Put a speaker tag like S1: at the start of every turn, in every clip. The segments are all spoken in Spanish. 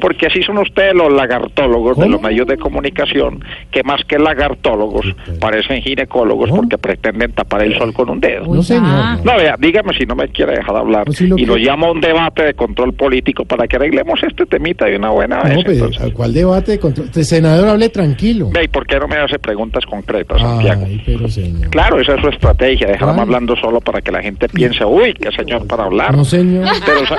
S1: Porque así son ustedes los lagartólogos de los medios de comunicación, que más que lagartólogos
S2: pues.
S1: parecen ginecólogos porque pretenden tapar el sol con un dedo.
S2: No, señor.
S1: No, vea, dígame si no me quiere dejar hablar.
S2: Pues sí, lo
S1: y lo
S2: que-
S1: llamo a un debate de control político para que arreglemos este temita de una buena
S2: No,
S1: vez.
S2: pues,
S1: Ah, entonces.
S2: ¿a ¿cuál debate? de control? Este senador, hable tranquilo.
S1: Ve, ¿y por qué no me hace preguntas concretas, Santiago?
S2: Ay, pero señor.
S1: Claro, esa es su estrategia, dejarme
S2: Claro.
S1: hablando solo para que la gente piense, uy, qué señor para hablar.
S2: No, señor.
S1: Pero, o sea,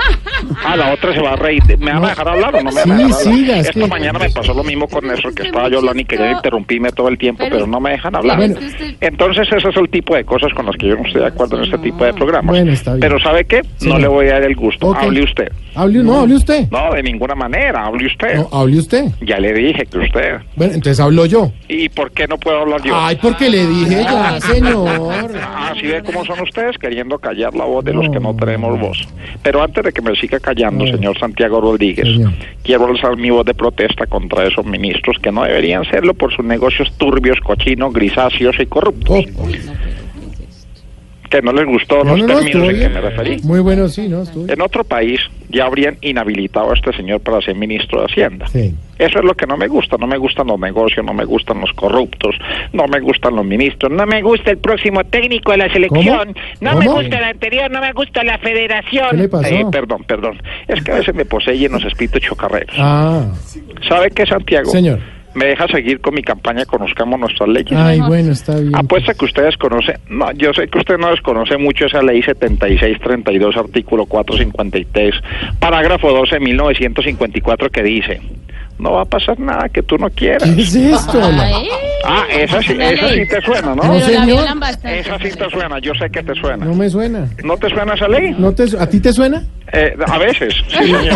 S1: ah, la otra se va a reír. ¿Me van a dejar hablar o no me van a
S2: Sí,
S1: dejar hablar?
S2: siga, es
S1: Esta
S2: que-
S1: mañana me pasó lo mismo con eso, que estaba yo hablando y querían interrumpirme todo el tiempo, pero, no me dejan hablar.
S2: Bueno.
S1: Entonces, ese es el tipo de cosas con las que yo no estoy de acuerdo en este tipo de programas.
S2: Bueno, está bien.
S1: Pero, ¿sabe qué? No
S2: Sí.
S1: le voy a dar el gusto.
S2: Ok.
S1: Hable usted.
S2: Hable, no, hable usted.
S1: No, de ninguna manera, hable usted.
S2: No, hable usted.
S1: Ya le dije que usted.
S2: Bueno, entonces hablo yo.
S1: ¿Y por qué no puedo hablar yo?
S2: Ay, porque le dije ya,
S1: Ah.
S2: señor.
S1: Así ve cómo son ustedes queriendo callar la voz de los que no tenemos voz. Pero antes de que me siga callando, señor Santiago Rodríguez,
S2: Señor.
S1: quiero alzar mi voz de protesta contra esos ministros que no deberían serlo por sus negocios turbios, cochinos, grisáceos y corruptos.
S2: Oh, oh.
S1: Oh. Que no les gustó
S2: No,
S1: los
S2: no, no,
S1: términos
S2: estuvo
S1: en que
S2: bien.
S1: me referí.
S2: Muy bueno, sí, ¿no? Estuvo bien.
S1: En otro país ya habrían inhabilitado a este señor para ser ministro de Hacienda.
S2: Sí.
S1: Eso es lo que no me gusta. No me gustan los negocios, no me gustan los corruptos, no me gustan los ministros, no me gusta el próximo técnico de la selección, no me
S2: ¿Cómo?
S1: gusta el anterior, no me gusta la federación.
S2: ¿Qué le pasó?
S1: Eh, perdón, perdón. Es que a veces me poseyen los espíritus chocarreros.
S2: Ah,
S1: ¿Sabe qué, Santiago?
S2: señor.
S1: ¿Me deja seguir con mi campaña Conozcamos Nuestras Leyes?
S2: Ay, bueno, está bien.
S1: Apuesta que ustedes conocen, no, yo sé que usted no desconoce mucho esa ley 7632, artículo 453, parágrafo 12 de 1954 que dice, no va a pasar nada que tú no quieras.
S2: ¿Qué es esto?
S3: Ay,
S1: Ah, esa sí,
S3: Una
S1: esa sí
S3: ley.
S1: te suena,
S2: No,
S1: ¿no?
S3: pero la
S2: señor.
S3: violan bastante.
S1: Esa sí te suena, yo sé que te suena.
S2: No me suena.
S1: ¿No te suena esa ley?
S2: ¿No te, su- ¿A ti te suena?
S1: Eh, a veces, sí, señor.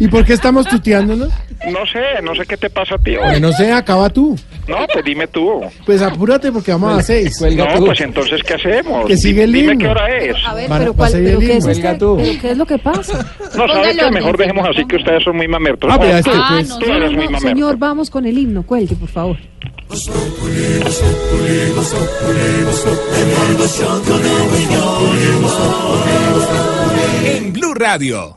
S2: ¿Y por qué estamos tuteándonos?
S1: No sé, no sé qué te pasa, tío.
S2: Que no sé, acaba tú.
S1: No, pues dime tú.
S2: Pues apúrate porque vamos a las seis.
S1: No, pues entonces, ¿qué hacemos?
S2: Que sigue el
S1: Dime
S2: himno.
S1: qué hora es.
S4: A ver,
S2: Van a
S4: pero, cuál,
S2: pasar
S4: pero
S2: el
S4: ¿qué es
S2: himno.
S4: usted?
S2: Cuelga tú.
S4: ¿Pero ¿Qué es lo que pasa?
S1: No, ¿sabes
S3: Póngale
S1: qué? Mejor
S3: orden,
S1: dejemos así que ustedes son muy mamertos.
S2: Ah, pero
S1: Oh,
S2: este,
S1: tú-
S2: pues.
S1: Tú eres muy
S4: No, no,
S1: mamerto.
S4: señor, vamos con el himno. Cuelgue, por favor.
S5: En Blue Radio.